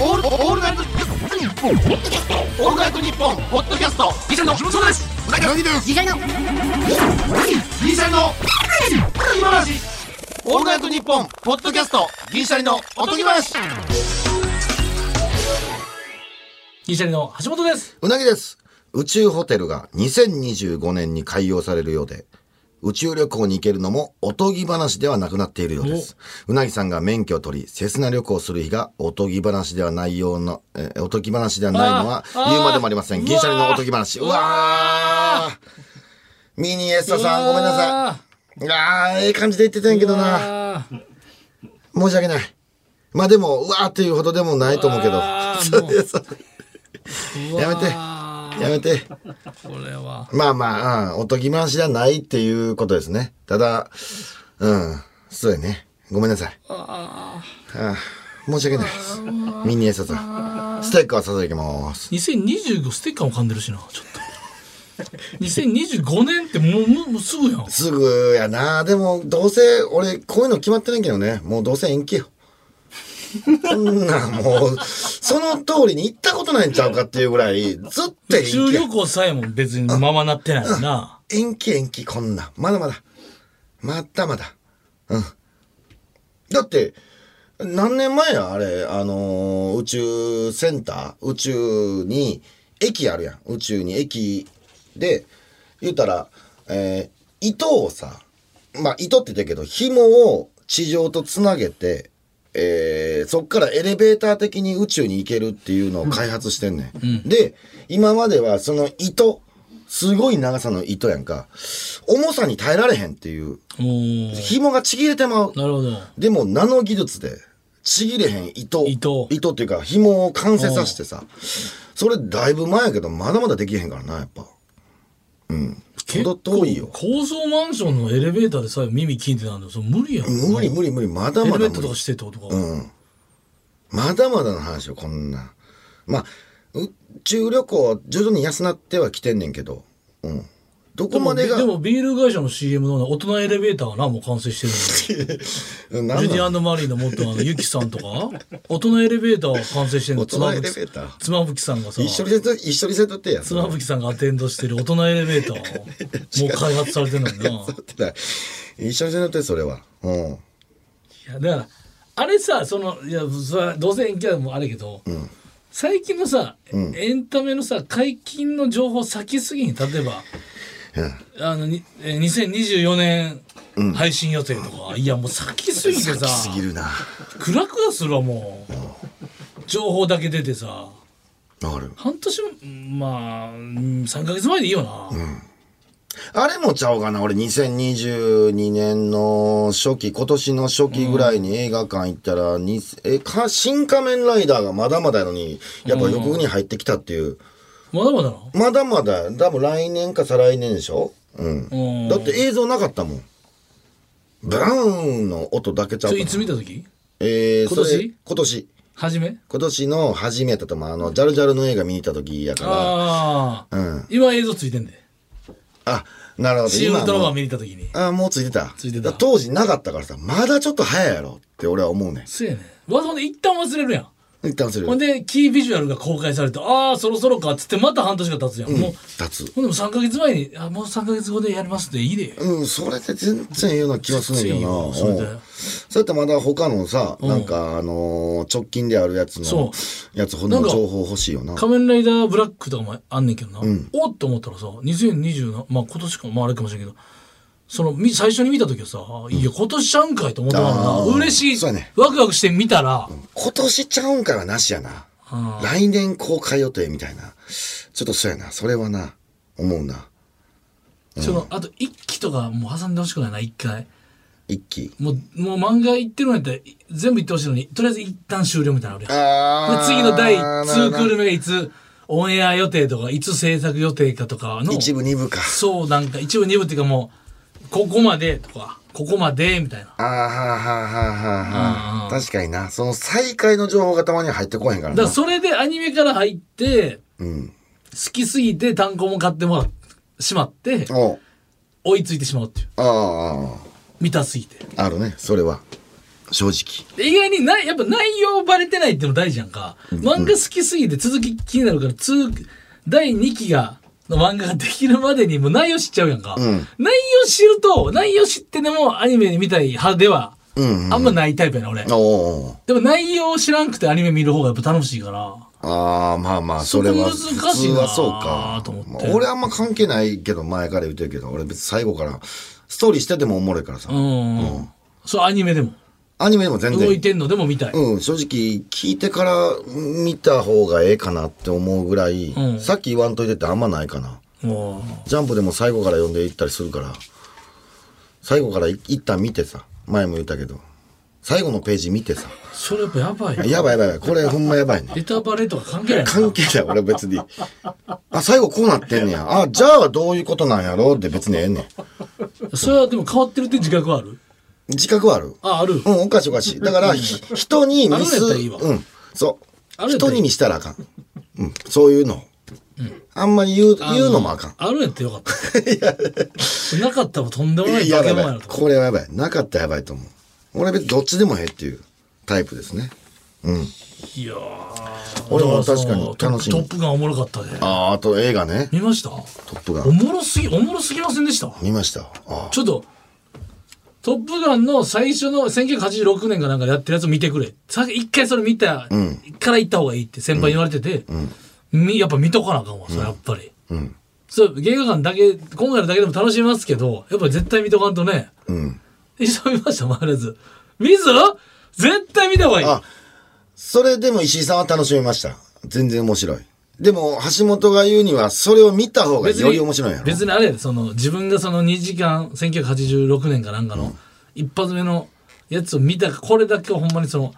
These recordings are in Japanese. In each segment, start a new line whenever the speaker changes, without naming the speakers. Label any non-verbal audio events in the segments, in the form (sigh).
オールオールナイトニッポンオールナイトニッポンポッドキャストギシャリの木本そうですうなぎの
次回の
ギシャリの今話オールナイトニッポンポッドキャストギシャリのおとぎ話
銀シャリの橋本です。
うなぎです。宇宙ホテルが2025年に開業されるようで、宇宙旅行に行けるのもおとぎ話ではなくなっているようです。うなぎさんが免許を取り、セスナ旅行をする日がおとぎ話ではないような、えおとぎ話ではないのは
あー
言うまでもありません。
あー
銀シャリのおとぎ話。
う
う
わー
わーミニエスタさん、ごめんなさ
い。
い。あー、ええ感じで言ってたんやけどな。
な。
申し訳ない。まあでも、うわーっていうほどでもないと思うけど。
あー
そうです。
や
やめてやめて。
これは。
まあまあ、うん、おとぎ話じゃないっていうことですね。ただ、うん、そうやね。ごめんなさい。ああ申し訳ないです。ミニエサさん。ステッカーさせていきます。
2025ステッカーも噛んでるしな、ちょっと。2025年ってもうもうもうすぐやん。
すぐやな。でも、どうせ、俺、こういうの決まってないけどね。もうどうせ延期よ。そんな、もう、その通りに行ったことないんちゃうかっていうぐらい、ずっと延
宇宙
期
旅
や。
行さえも別にままなってないな。
延期延期、こんな。まだまだ。まだまだ。うん。だって、何年前やあれ、あのー宇宙センター宇宙に、駅あるやん。宇宙に駅で、言ったら、えー糸をさ、まあ、糸って言ったけど、紐を地上とつなげて、えーそっからエレベーター的に宇宙に行けるっていうのを開発してんねん。で、今まではその糸、すごい長さの糸やんか、重さに耐えられへんっていう、
おー
紐がちぎれてまう。
なるほど。
でもナノ技術でちぎれへん糸
糸
糸っていうか紐を完成させてさそれだいぶ前やけどまだまだできへんからなやっぱ
結構
程遠いよ
高層マンションのエレベーターでさえ耳聞いてたんだよ。それ無理やん。
無理無理無理まだ
ヘ
ま
ルメ
だ
ッ
無
トとか
理
してってことか。
まだまだの話よこんなんまあ宇宙旅行は徐々に安なっては来てんねんけどうんど
で
こ
も
までが
でもビール会社の CM のな大人エレベーターがなもう完成してるの
うんなん
ジュ
な
デ
ん
ィマリーの元あのユキさんとか
(laughs)
大人エレベーターを完成してるの
大人エレベーター
妻夫木さんがさ
一緒にせと一緒にせとってや
妻夫木さんがアテンドしてる大人エレベータ
(laughs)
ーをもう開発されてるのにな
そうってない一緒にせとってそれはうん
いやだからあれさそのいやそれはどうせ延期はもうあれやけど、最近のさ、エンタメのさ解禁の情報先すぎに例えば、あのにえー2024年配信予定とか、いやもう先すぎてさ
先すぎるな
暗くはするわもう情報だけ出てさ
わかる
半年もまあうん3か月前でいいよな、
あれもちゃうかな俺2022年の初期今年の初期ぐらいに映画館行ったら、にえか新仮面ライダーがまだまだやのにやっぱ予告に入ってきたっていう、
まだまだな
まだまだ多分来年か再来年でしょ、うん
うん
だって映像なかったもんブラウンの音だけちゃうか
それ
ない
つ見た時
えー
今年
それ今年
初め
今年の初めてともあのジャルジャルの映画見に行った時やか
ああ、
らうん
今映像ついてんで
あなるほど
CM
の
ドラマ見に行った時に
ああ、もうついてた。
ついてた
だから当時なかったからさ、まだちょっと早いやろって俺は思うね
そうやねわほんで一旦忘れるやん
ん。一旦する
ほん。でキービジュアルが公開されてああそろそろかっつってまた半年が経つやん、もう
立つ。
ほんでも3か月前にあもう3か月後でやりますっていいで
うん、それで全然言うな気がするんだけどな。
全然いいよそれで
うんそうやってまだ他のさ、
ん
なんかあのー直近であるやつ
そ
の、やつほん
なん
の
か
情報欲しいよな。
仮面ライダーブラックとかもあんねんけどな、おっと思ったらさ2020なまあ今年かまああれかもしれんけどそのみ最初に見た時はさ「いや今年ちゃうんかい」と思ったからな、
うん
嬉しい、
そうやね
ワクワクして見たら、
今年ちゃうんかはなしやな。
あ
来年公開予定みたいな。ちょっとそうやな。それはな、思うな。
そのあと一期とかもう挟んでほしくないな一回
一気。
もうもう漫画行ってるのやったらい全部行ってほしいのにとりあえず一旦終了みたいなのあるや
あ
んで次の第2クール
る
目がいつオンエア予定とかいつ制作予定かとかの
一部二部か。
そうなんか一部二部っていうかもうここまでとかここまでみたいな
あーはあはあはあはあは
うんう
あ。確かにな。その再開の情報がたまには入ってこへんから
だか
な。
らそれでアニメから入って、
ん
好きすぎて単行も買ってもらってしまって、
おう
追いついてしまうっていう。
ああ、
見たすぎて。
あるね。それは。正直。
意外にないやっぱ内容バレてないってのも大事やんか、漫画好きすぎて続き気になるからつ第2期がの漫画ができるまでにもう内容知っちゃうやんか、内容知ると内容知ってでもアニメ見たい派ではあんまないタイプやな俺、
おおー。
でも内容知らんくてアニメ見る方がやっぱ楽しいから
ああ、まあまあ、それは、
そ
普
こ難しい
通
な
はそうか。
と思って
まあ俺あんま関係ないけど、前から言ってるけど、俺別に最後から、ストーリーしててもおもろいからさ
う。ん、そうアニメでも
アニメでも全
動い
然。
てんのでも見たい、
うん、正直、聞いてから見た方がええかなって思うぐらい、
うん
さっき言わんといてってあんまないかな。
も
ジャンプでも最後から読んでいったりするから、最後からい一旦見てさ、前も言ったけど、最後のページ見てさ、
うそれやっぱやばいよ
やばいやばいやばい、これほんまやばいね。
ネタバレとか関係ないな
関係ない俺別にあ最後こうなってんねやあじゃあどういうことなんやろうって別にええね
それはでも変わってるって自覚はある
ん自覚はある
あある、
うんおかしいおかしいだからひ人に見
あるんや
す
ったらいいわ
うんそう
あるんやったら
人
い
に
い
見したらあかん、うん、そういうの、あんまり言う言うのもあかん
あるんやってよかった。なかったらとんでもない化
やば
け
い
物
やば
や
い
ろと。
これはやばいなかったらやばいと思う俺別にどっちでもええっていうタイプですねうん
いやー
俺も確かに
だら
楽し
そう
み
トップトップガンおもろかったで。
あーあと映画ね
見まし
「
た
トップガ
お
ン
もろすぎ、おもろすぎませんでした」
見ましたあ
ちょっと、トップガンの最初の1986年かなんかやってるやつ見てくれ。さ一回それ見たから行った方がいいって先輩に言われてて、みやっぱ見とかなあかんわ、それやっぱり。
ん
そう、映画館だけ、今回のだけでも楽しめますけど、やっぱり絶対見とかんとね、
うん
一緒に見ました、マイラズ。見ず絶対見た方がいい。
あそれでも石井さんは楽しめました。全然面白い。でも、橋本が言うには、それを見た方がより面白いんやろ。
別にあれやでその自分がその2時間1986年かなんかの一発目のやつを見たこれだけはほんまにその、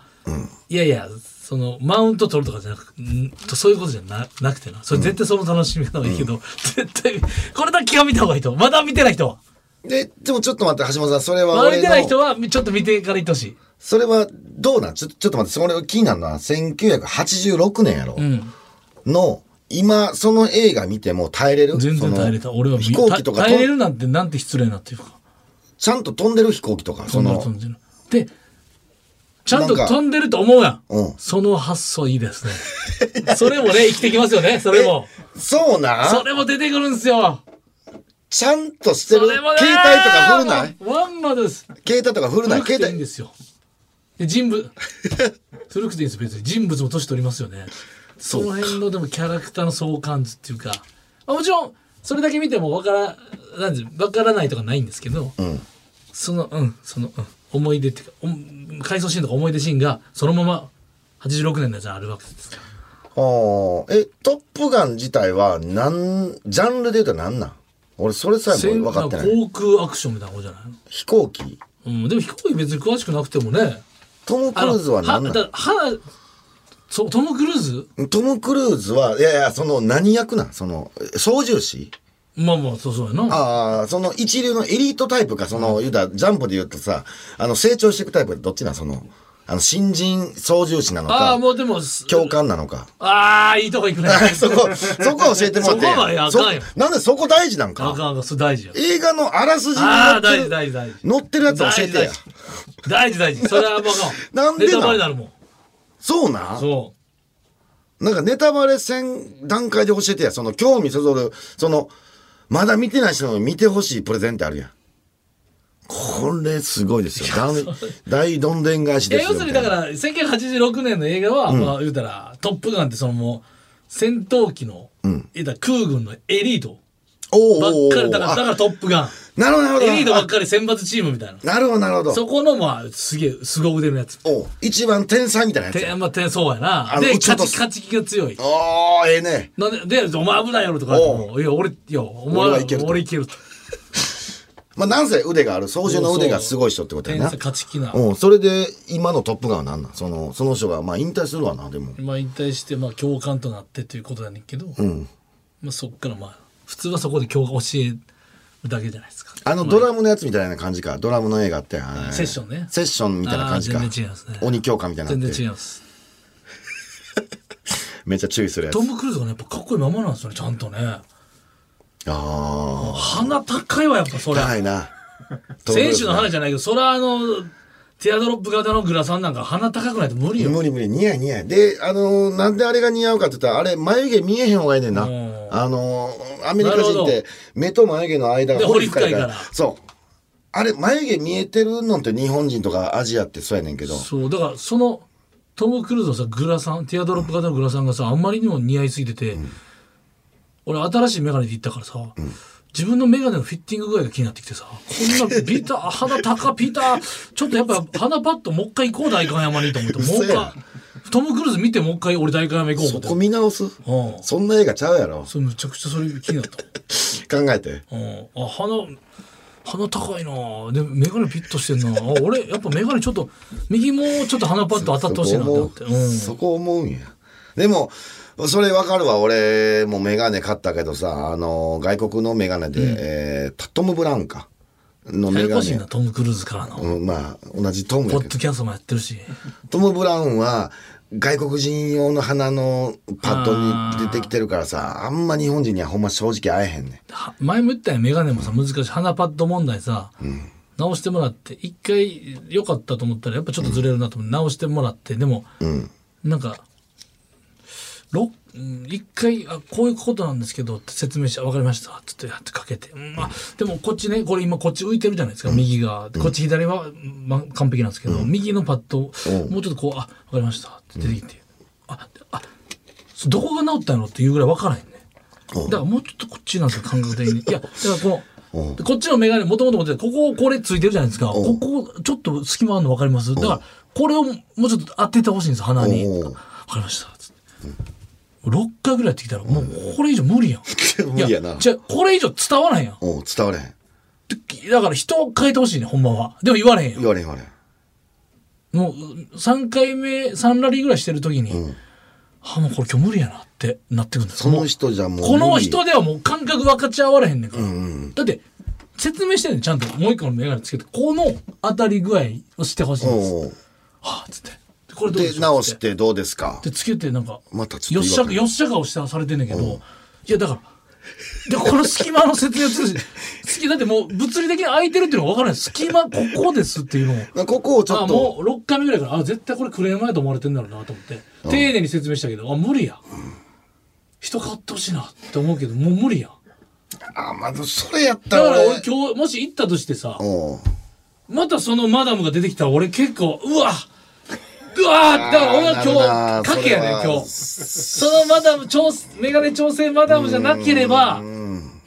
いやいやそのマウント取るとかじゃなくんとそういうことじゃななくてなそれ絶対その楽しみ方がいいけど、絶対これだけは見た方がいいとまだ見てない人は
で、でもちょっと待って、橋本さん、それは
まだ見
俺
てない人
の、
はちょっと見てからいってほしい、
それはどうなんちょちょっと待って、それが気になるのは、1986年やろ。
うん、
の、今、その映画見ても耐えれる
全
そ
然
の
耐えれた俺は見
飛行機とか
耐えれ
と
るなんてなんて失礼なっていうか
ちゃんと飛んでる飛行機とか、
飛
そ
んでる
の
飛、んでるでちゃんと
なんか
飛んでると思うやん、
うん
その発想いいですねそれも
(laughs)
ね生きてきますよねそれも
そうなん
それも出てくるんですよ
ちゃんとして
そ
る。
れ
携
も
帯
ね
とか古ない
もうワンマです
携帯とか古な
古
い
くて
携
いいん
帯
で。すよで
(laughs)
人物古くていいんです別に人物も年取りますよねその辺のでもキャラクターの相関図っていうか、まあ、もちろんそれだけ見てもわからなんてわからないとかないんですけど、そのうんその、うん、思い出っていうかお回想シーンとか思い出シーンがそのまま86年のやつにあるわけですから
ああ、え、トップガン自体は、なん、ジャンルで言うと何なん俺、それさえも分かってない。
航空アクションみたいなことじゃないの
飛行機
うん、でも飛行機別に詳しくなくてもね
トム・ク
あ
ル
の
ーズは何な
だはそうトム・クルーズ
んトム・クルーズは、いやいや、その、何役なんその、操縦士
まあまあそうそうやな
ああ、その、一流のエリートタイプか、その、言うたら、ジャンプで言うとさ、あの、成長していくタイプどっちなんその、あの、新人操縦士なの
ああ
か、
もうでも
教官なのか。
ああいいとこ行くね
(laughs) そこ、そこ教えてもらってええ
そこはや
や
あ
ん。
かんよ
そなんでそこ大事なん
あ
か
かんあかんそれ大事や
映画のあらすじに
あ
載
あ
って
大
る
事大事大事
載ってるやつ教えてや。
大事大事それはもうあかん
(laughs) なんで
ネ
なん
タバレになるもん
そうなん
そ
なんかネタバレせん段階で教えてや。その興味そそる、その、まだ見てない人の見てほしいプレゼンってあるやん。これすごいですよ。大大どんでん返し
うい
で
や
すよ。
要するにだか
み
ら1986年の映画は、まあ言うたら「トップガン」ってそのもう戦闘機の、言うたら空軍のエリート
たいな、お
ばっ
ーおーおー
かりだから
あ
だからトップガン
なるほど、なるほ
エ
ど。
リートばっかり選抜チームみたいな
あなるほど、なるほど。
そこのまあすげえ凄腕のやつ
おう一番天才みたいなやつ
て
や。
まあてそうやな
あの
で
撃ち落
勝
と
ち
す
勝ち気が強い
おー、ええね。
なんででお前危ないやろとか言ってもいや俺いやお前
俺はいけると
俺いけると
まあ、なんせ腕がある、操縦の腕がすごい人ってことや
天
な。
才勝ち気な
うん、それで、今のトップガンはなんなんその、その人が、まあ、引退するわな、でも。
まあ引退してまあ教官となってということだねんけど、
うん。
まあ、そっからまあ普通はそこで教科教えるだけじゃないですか
あのドラムのやつみたいな感じか。ドラムの映画って。あー
セッションね
セッションみたいな感じか。
あー全然違いますね
鬼教官みたいな
全
のあ
然
って
違います
めっちゃ注意するやつ
ト。ム・クルーズがねやっぱかっこいいままなんですよねちゃんとね
ああ。
鼻高いわやっぱそれ
高いな。
(laughs) 選手の
話
鼻じゃないけどそれはあのテアドロップ型のグラサンなんか鼻高くないと無理よ。
無理無理、似合い似合い。で、あのーなんであれが似合うかって言ったら、あれ、眉毛見えへん方がいいねんな
うん。
あのーアメリカ
なる
人
ほ
っ
ど
て、目と眉毛の間
で
が掘り深いか
彫り
ら
深いか。
そう。あれ、眉毛見えてるのって日本人とかアジアってそうやねんけど。
そう、だからそのトム・クルーズのさ、グラサン、ティアドロップ型のグラサンがさ、あんまりにも似合いすぎてて、俺新しいメガネで行ったからさ、自分のメガネのフィッティング具合が気になってきてさ、こんなビタ、鼻高ピーター、ちょっとやっぱ鼻パッともう一回行こう、大観山にと思って、もう
嘘
一
や
回、トム・クルーズ見てもう一回俺大観山行こう思
そ
って。
こ見直す
うん
そんな映画ちゃうやろ。
それむちゃくちゃそれ気になった。
考えて。
うん、あ鼻鼻高いなで眼鏡ピッとしてんなあ俺やっぱ眼鏡ちょっと右もちょっと鼻パッと当たってほしいなって思って、
そこ
う、
思うんそこ思うんや。でも、それわかるわ。俺もメガネ買ったけどさ、あのー外国のメガネで、えートム・ブラウンか。の
や
メ
や
ガ
こしい
ネ
な。トム・クルーズからの、
うん、まあ、同じトム
ポ
や
ッ
けど
ド。キャストもやってるし
トム・ブラウンは外国人用の鼻のパッドに出てきてるからさあんま日本人にはほんま正直会えへんねん
は前も言ったやん眼鏡もさ難しい鼻パッド問題さ、直してもらって一回良かったと思ったらやっぱちょっとずれるなと思って、直してもらってでも、なんかろうん一回あこういうことなんですけどって説明して「分かりました」つってやってかけて、うんまあ、でもこっちねこれ今こっち浮いてるじゃないですか、右がこっち左は、まあ、完璧なんですけど、右のパッドをもうちょっとこう「あ分かりました」って出てきて「ああそどこが治ったの?」っていうぐらい分からへんねだからもうちょっとこっちなんですよ感覚的にいやだからこのこっちの眼鏡もともと持ってたこここれついてるじゃないですかここちょっと隙間あるの分かりますだからこれをもうちょっと当ててほしいんです鼻に
おう
分かりましたつって6回ぐらいやってきたらもうこれ以上無理やん
(laughs) 無理やな
じゃこれ以上伝わらんやん
おう伝われへん
でだから人を変えてほしいねほんまはでも言われへんやん
言われへん言われへん
もう3回目3ラリーぐらいしてる時に、あもうこれ今日無理やなってなってくるんです
その人じゃもう
この
無
人
理
ではもう感覚分かち合われへんねんから、だって説明してんねんちゃんともう一個の眼鏡つけてこの当たり具合をしてほしいんです
おう
はあっつってでこれどうで
で
しょう
直
つ
し
って
どうですか
でつけてなんか、
またちょ
よ
っ
っ
と
し
違
ゃ
和感
よっしゃ顔したされてんねんけど、いやだからでこの隙間の説明を通じて (laughs) 隙だってもう物理的に空いてるっていうのが分からない隙間ここですっていうのを
まあここをちょ
あ
っと
もう6回目ぐらいからあ絶対これクレームやと思われてんだろうなと思って丁寧に説明したけどあ無理や、人買ってほしいなって思うけどもう無理や
あまずそれやった
だからら
俺
俺今日もし行ったとしてさ
おう
またそのマダムが出てきたら俺結構
(laughs)
うわうわだから俺は今日賭けやね
あーなるな
今日そのマダム調整メガネ調整マダムじゃなければ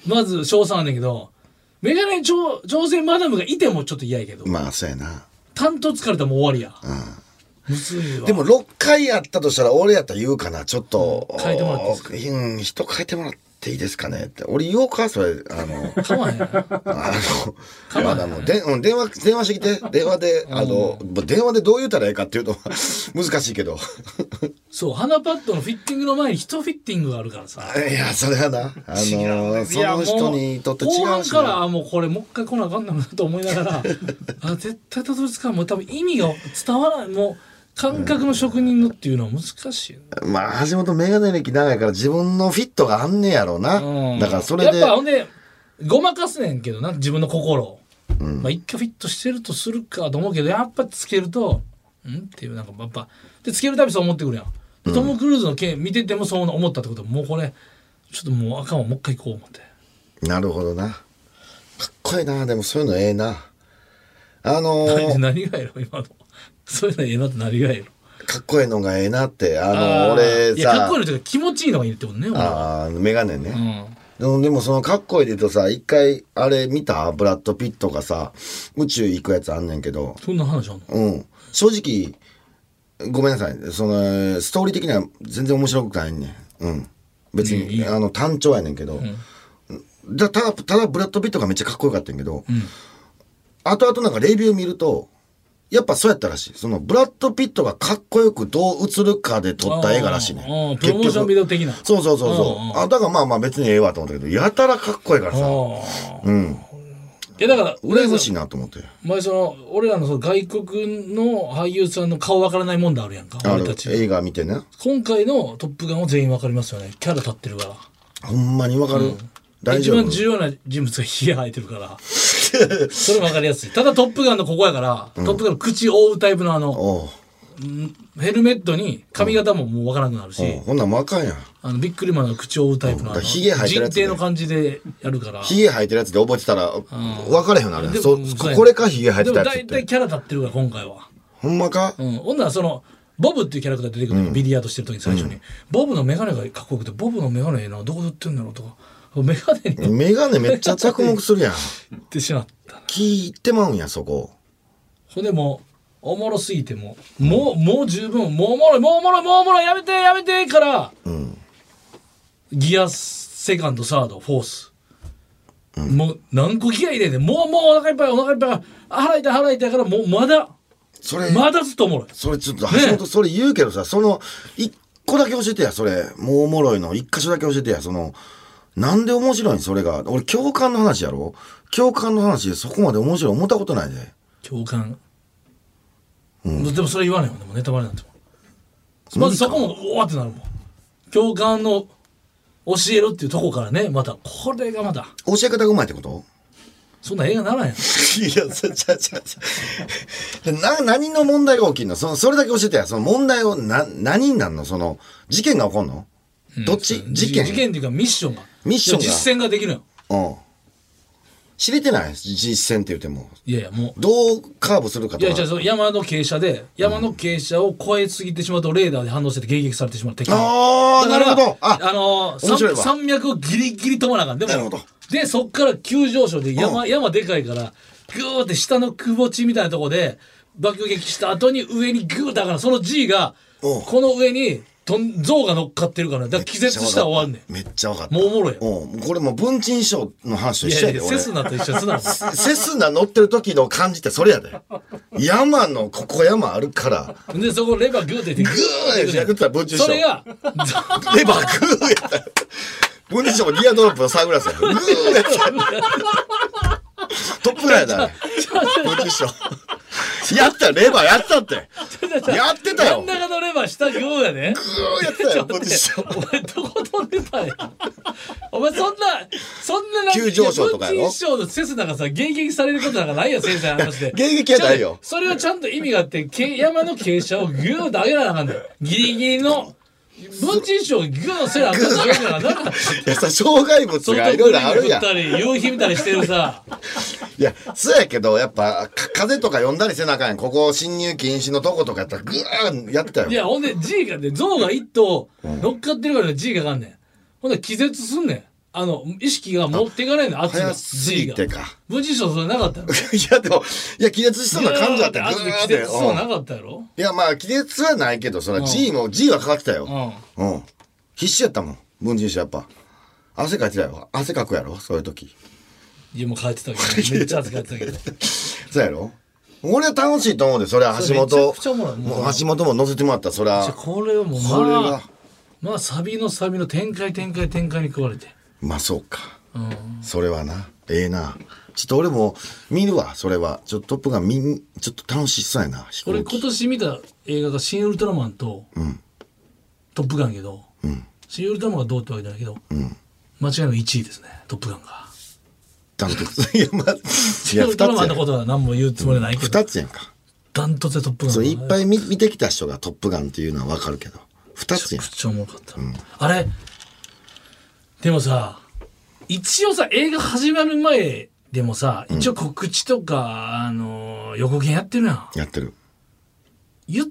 まず賞賛あんねんけどメガネ調調整マダムがいてもちょっと嫌やけど
まあそうやな
担当疲れたらもう終わりや、むずいわ
でも6回やったとしたら俺やったら言うかなちょっと
変えてもらっていいです
かうん人変えてもらっていいですかねって俺言おうかそれあ
(laughs)
の
かまへん
あの、まだもう、で、うん、電話、電話してきて、電話で、あの、電話でどう言うたらええかっていうと、 (laughs) 難しいけど。
そう、鼻パッドのフィッティングの前に人フィッティングがあるからさ。
いや、それはな、あの、そ
いやも
の
う
人にとって違
後
う
半
し
か
な。
ら、あもうこれもう一回来なあかんなと思いな
(laughs)
がら、あ絶対たどり着かん。もう多分意味が伝わらない。もう感覚の職人のっていうのは難しいよね。
まあ、橋本メガネ歴長いから自分のフィットがあんねやろう
う
な。
ん
だからそれで
やっ、ぱほんで、ごまかすねんけどな、自分の心を。まあ一回フィットしてるとするかと思うけど、やっぱつけると、んっていう、なんかやっぱ、で、つけるたびそう思ってくるやん。でトム・クルーズの件見ててもそう思ったってことはもうこれ、ちょっともうあかんわ、もう一回行こう思って。
なるほどな。かっこいいな、でもそういうのええな。あの
何 (laughs) 何がやろ今のそういうのええなって何がやろ
かっこいいのがええなって、あ
あー
の、俺
いやかっ
さ
こいい、のというか気持ちいいのがいいってことね俺は
あーメガネね。
うん
でもでもそのかっこいいで言うとさ、一回あれ見たブラッド・ピットがさ、宇宙行くやつあんねんけど、
そんな話あんの
うん。正直、ごめんなさい。その、ストーリー的には全然面白くないねん。うん。別
いやいい
に、
よ
あの、単調やねんけど。だただ、ただブラッド・ピットがめっちゃかっこよかったんやけど、後々なんかレビュー見ると、やっぱそうやったらしい。その、ブラッド・ピットがかっこよくどう映るかで撮った映画らしいね
あーあー
ん。
プロモーションビデオ的な
そうそうそうそう。
うんうん
あ、だからまあまあ別にええわと思ったけど、やたらかっこいいからさ、
ああいやだから
羨ましいなと思って。
前その俺らのその外国の俳優さんの顔わからない問題あるやんか
あ
俺
の
たち
映画見てね。
今回の「トップガン」は全員わかりますよねキャラ立ってるから
ほんまにわかる、大
一
丈夫
番重要な人物がヒゲ生えてるからそれも分かりやすいただ「トップガン」のここやから「トップガン」の口覆うタイプのあの
おう
ヘルメットに髪型ももう分からなくなるし、
おうほんなんもあかんやん。
あのビックリマンの口を覆うタイプのあ
う
の
んヒゲ生えてるや
人
つね
定の感じでやるから
ヒゲ生えてるやつで覚えてたら、分からへんようになるやん
でも
そ
そうやね
これかヒゲ生え
で
て
も
たやつ
大
っ
体
て。
キャラ立ってるから今回は。
ほんまか
うん、ほんならそのボブっていうキャラクター出てくるの、ビリヤードしてる時に最初に、ボブのメガネがかっこよくてボブのメガネなどこで売ってんだろうとかメガネに行
メガネめっちゃ着目するやん。
ってしまった
聞いてまうんや、そこ。
ほんでもうおもろすぎてもうもうもう十分もうおもろいもうおもろいもうおもろいやめてやめてから、
ん
ギアセカンドサードフォース、もう何個ギア入れてもうもうお腹いっぱいお腹いっぱい腹痛い腹痛いからもうまだ
それ、
まだずっとおもろい
それちょっと橋本、それ言うけどさ、その、一個だけ教えてや、それ。もうおもろいの。一箇所だけ教えてや、その、なんで面白いんそれが。俺、共感の話やろ共感の話でそこまで面白い思ったことないで。
共感、でもそれ言わないもんでもネタバレなんてもんまずそこもうわってなるもん共感の教えるっていうとこからねまたこれがまた
教え方がうまいってこと
そんな映画なら
い
へん
や、そちゃちゃちゃ。な、何の問題が起きんのその、それだけ教えてや。その問題を、な、何になんのその、事件が起こんの、どっち事件
事件っていうかミッションが
ミッションが
実践ができるよ
うん。知れてない実践って言っても。
いやいやもう
どうカーブするか
い
とか。
やじゃあその山の傾斜で山の傾斜を越えすぎてしまうとレーダーで反応してて迎撃されてしまう敵に
あー
だから
なるほどあ
あのー
面白いわ
山脈をギリギリ飛ばなあかんでも
なるほど
でそっから急上昇で山,、
う
山でかいからグーって下のくぼ地みたいなとこで爆撃した後に上にグーだからその G が
うん
この上にとん象が乗っかってるからだから気絶したら終わんね
めっちゃ分かった。
もうおもろい
うん。これもう文珍師匠の話と
んい
一緒や
やい
で。
や
俺
セスナと一緒にすなもん
セスナ乗ってる時の感じってそれやで。山の、ここ山あるから、
でそこレバーグーって言ってグ
ーってやってたら文珍師匠
それ
(laughs)
が
レバーグーやった。文珍師匠もリアドロップのサングラスや。グーやった。トップガンやだ。文珍師匠。やったよレバーやったって。やってた
真
よ。
ん
グ
中のレバー下グーやね
ーやったよ、文珍師匠。
お前どこ飛んでたんやお前そんなそんななんか
急上昇とかやろ
い文珍師匠のセスナがさ迎撃されることなんかないやん先生の
(laughs)
話で
いや迎撃はないよ
それはちゃんと意味があってけ山の傾斜をグーッと上げなあかんねんギリギリの文珍師匠がグーッせなあかんねんからなんか
いやさ、障害物がいろいろあるやん
外。に振ったり夕日見たりしてるさ
いや、そうやけど、やっぱ、か風とか呼んだりせなあかんやん。ここ、侵入禁止のとことかやったら、ぐーんやってたよ。
いやほんで G がね象が一頭乗っかってるから G があかんねんほんで気絶すんねんあの意識が持っていかないの圧が
早すぎ
G が
てか。
文珍師匠それなかったの
(laughs) いや、でも、いや、気絶しそうな感じだったよ。
あ
ぐー
気
って。
絶そう
うん
なかったやろ
いや、まあ、気絶はないけど、そら、G も、G はかかってた
う
よ。
ん
うん。必死やったもん。文人師やっぱ。汗かいてたよ。汗かくやろ、そういう時。 (laughs)
いやもう帰ってたけどめっちゃ汗かいてたけど
そうやろ俺は楽しいと思うで、それは橋
それめちゃ
本
くちゃおもろい。もう
もう橋本も乗せてもらった、それ
じゃあ
は。
これはもう
これ
ま
は
あまあサビのサビの展開展開展開に食われて
まあ、そうか。
うん
それはなええなちょっと俺も見るわそれはちょっとトップがみんちょっと楽しそうやな飛
俺
行
今
機
年見た映画が「シン・ウルトラマン」と
ん
「トップガン」やけど
うん
シン・ウルトラマンがどうってわけじゃないけど間違いなく1位ですねトップガンが
ダントツいやま
(laughs)
あい
シン・
や
ウルトラマンの
2
ことは何も言うつもりはないけど
つつやんか
ダントツでトップガン
そう
だね
いっぱい見見てきた人が「トップガン」っていうのはわかるけど2つやん
めっちゃおもろかった、あれでもさ一応さ映画始まる前でもさ一応告知とか、あの予告編やってるやん
やってる
言っ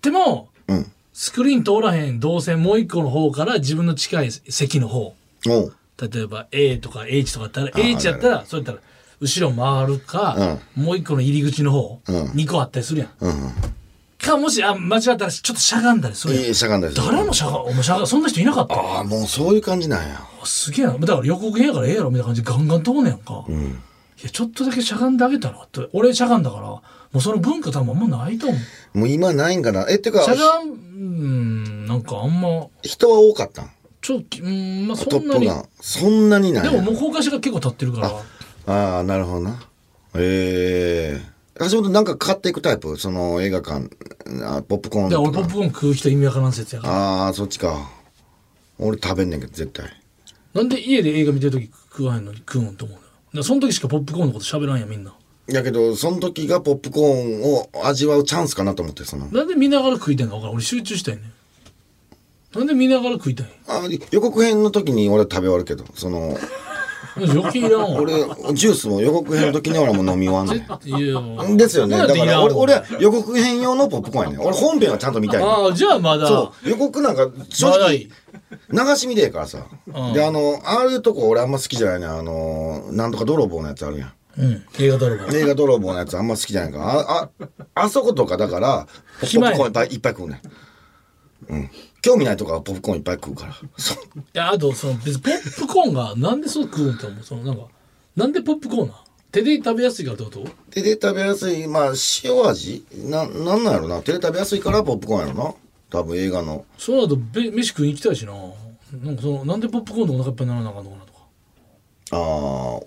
ても
うん
スクリーン通らへん動線もう一個の方から自分の近い席の方
おう
例えば A とか H とかあったら
あ
H やったらそうやったら後ろ回るか、もう一個の入り口の方、
うん
2個あったりするやん
うんうん
かもしあ間違ったらちょっとしゃがんだりする
い
やん
いしゃがんだりする
誰もしゃがお前しゃがそんな人いなかった
ああもうそういう感じなんや
すげえな。だから予告編やからええやろみたいな感じでガンガン通んねやんか。いや、ちょっとだけしゃがんであげたらって。俺しゃがんだから、もうその文化多分あんまないと思う。
もう今ないんかなえっていうか
しゃがん、うん、なんかあんま、
ひ人は多かったん
ちょっと、うん、まあそ
ト
ん
ッ
な
プ
に。
ガンそんなにない
でももう公開してから結構経ってるから。
ああなるほどなええ橋本なんか買っていくタイプその映画館あポップコーン
で、
と
俺
か
ポップコーン食う人意味わからん説やから。
ああそっちか俺食べんねんけど絶対
なんで家で映画見てるとき食わへんのに食うんと思うのらその時しかポップコーンのこと喋らんやみんな
やけど、その時がポップコーンを味わうチャンスかなと思って、その。
なんで見ながら食いたいんか分からん俺集中したいねんなんで見ながら食いたいん
あ予告編の時に俺食べ終わるけど、その、
余計いらんわ
俺、ジュースも予告編の時に俺はもう飲み終わんね
いやいやも
ん。
う
ですよね。
なん
だ
で
か
い
ら
ん
ら
わ
俺、俺は予告編用のポップコーンやねん。俺本編はちゃんと見たいねん。
ああじゃあまだ
そう予告なんか正
まだ
直
いい
流し見でえからさ、
うん
であのああいうとこ俺あんま好きじゃないねあのなんとか泥棒のやつあるやん
うん映画泥棒
映画泥棒のやつあんま好きじゃないからあああそことかだからポッ
暇や
プ
ね
コーンいっぱいいっぱい食うねん、うん、興味ないとこはポップコーンいっぱい食うからそう
いやあとその別にポップコーンがなんでそう食うんって思うそのなんかなんでポップコーンなん手で食べやすいからってこと
手で食べやすいまあ塩味ななんなんやろな手で食べやすいからポップコーンやろな多分映画の
そうなるとべ飯食いに行きたいしななんかそのなんでポップコーンのお腹いっぱいにならなあかんのかなとか
あー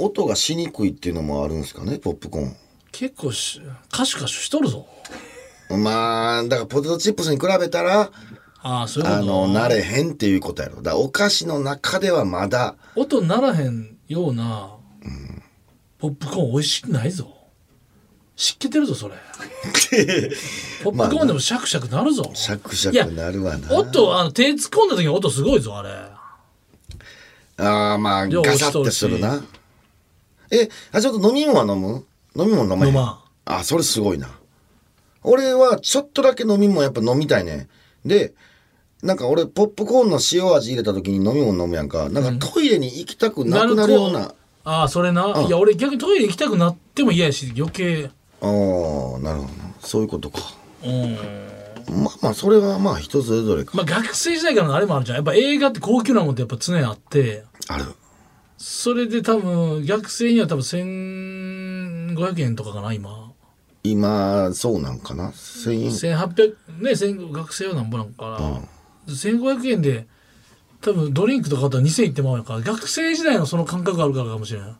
音がしにくいっていうのもあるんですかねポップコーン
結構しカシュカシュしとるぞ
まあだからポテトチップスに比べたら
ああそういうこ
あ
と
の慣れへんっていうことやろだからお菓子の中ではま (laughs) だ
音ならへんような、ポップコーン美味しくないぞ湿気てる
(laughs)
ぞそれポップコーンでもシャクシャクなるぞ、
シャクシャクなるわな
音あの手突っ込んだ時の音すごいぞあれ
ああまあ
量
ガサッてするなえあちょっと飲み物は飲む飲み物飲まへん
飲ま
あそれすごいな俺はちょっとだけ飲み物やっぱ飲みたいねでなんか俺ポップコーンの塩味入れた時に飲み物飲むやんかなんかトイレに行きたくなくなるような、
ああそれな、
うん
いや俺逆にトイレ行きたくなっても嫌やし余計
ああなるほどなそういうことか
うん
まあまあそれはまあ人それぞれか
まあ学生時代からのあれもあるじゃんやっぱ映画って高級なもんってやっぱ常にあって
ある
それで多分学生には多分1500円とかかな今
今そうなんかな1000円
1800ね1500学生はなんぼなんかな、1500円で多分ドリンクとか買ったら2000円いってまうやんから学生時代のその感覚があるからかもしれない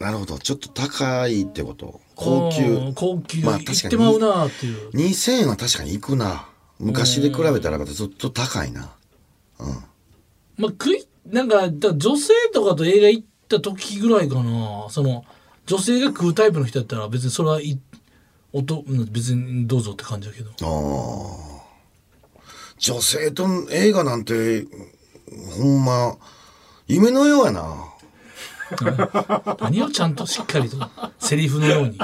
なるほど。ちょっと高いってこと。高
うん
級。
高級
まあ
い
確かに
ってまうなっていう、
2000円は確かにいくな。昔で比べたらまたちょっと高いな。
まあ、食いなんかだから女性とかと映画行った時ぐらいかなその女性が食うタイプの人やったら別にそれはいおとうん別にどうぞって感じだけど
ああ。女性と映画なんて、ほんま、夢のようやな。
何をちゃんとしっかりとセリフの
(laughs)
ように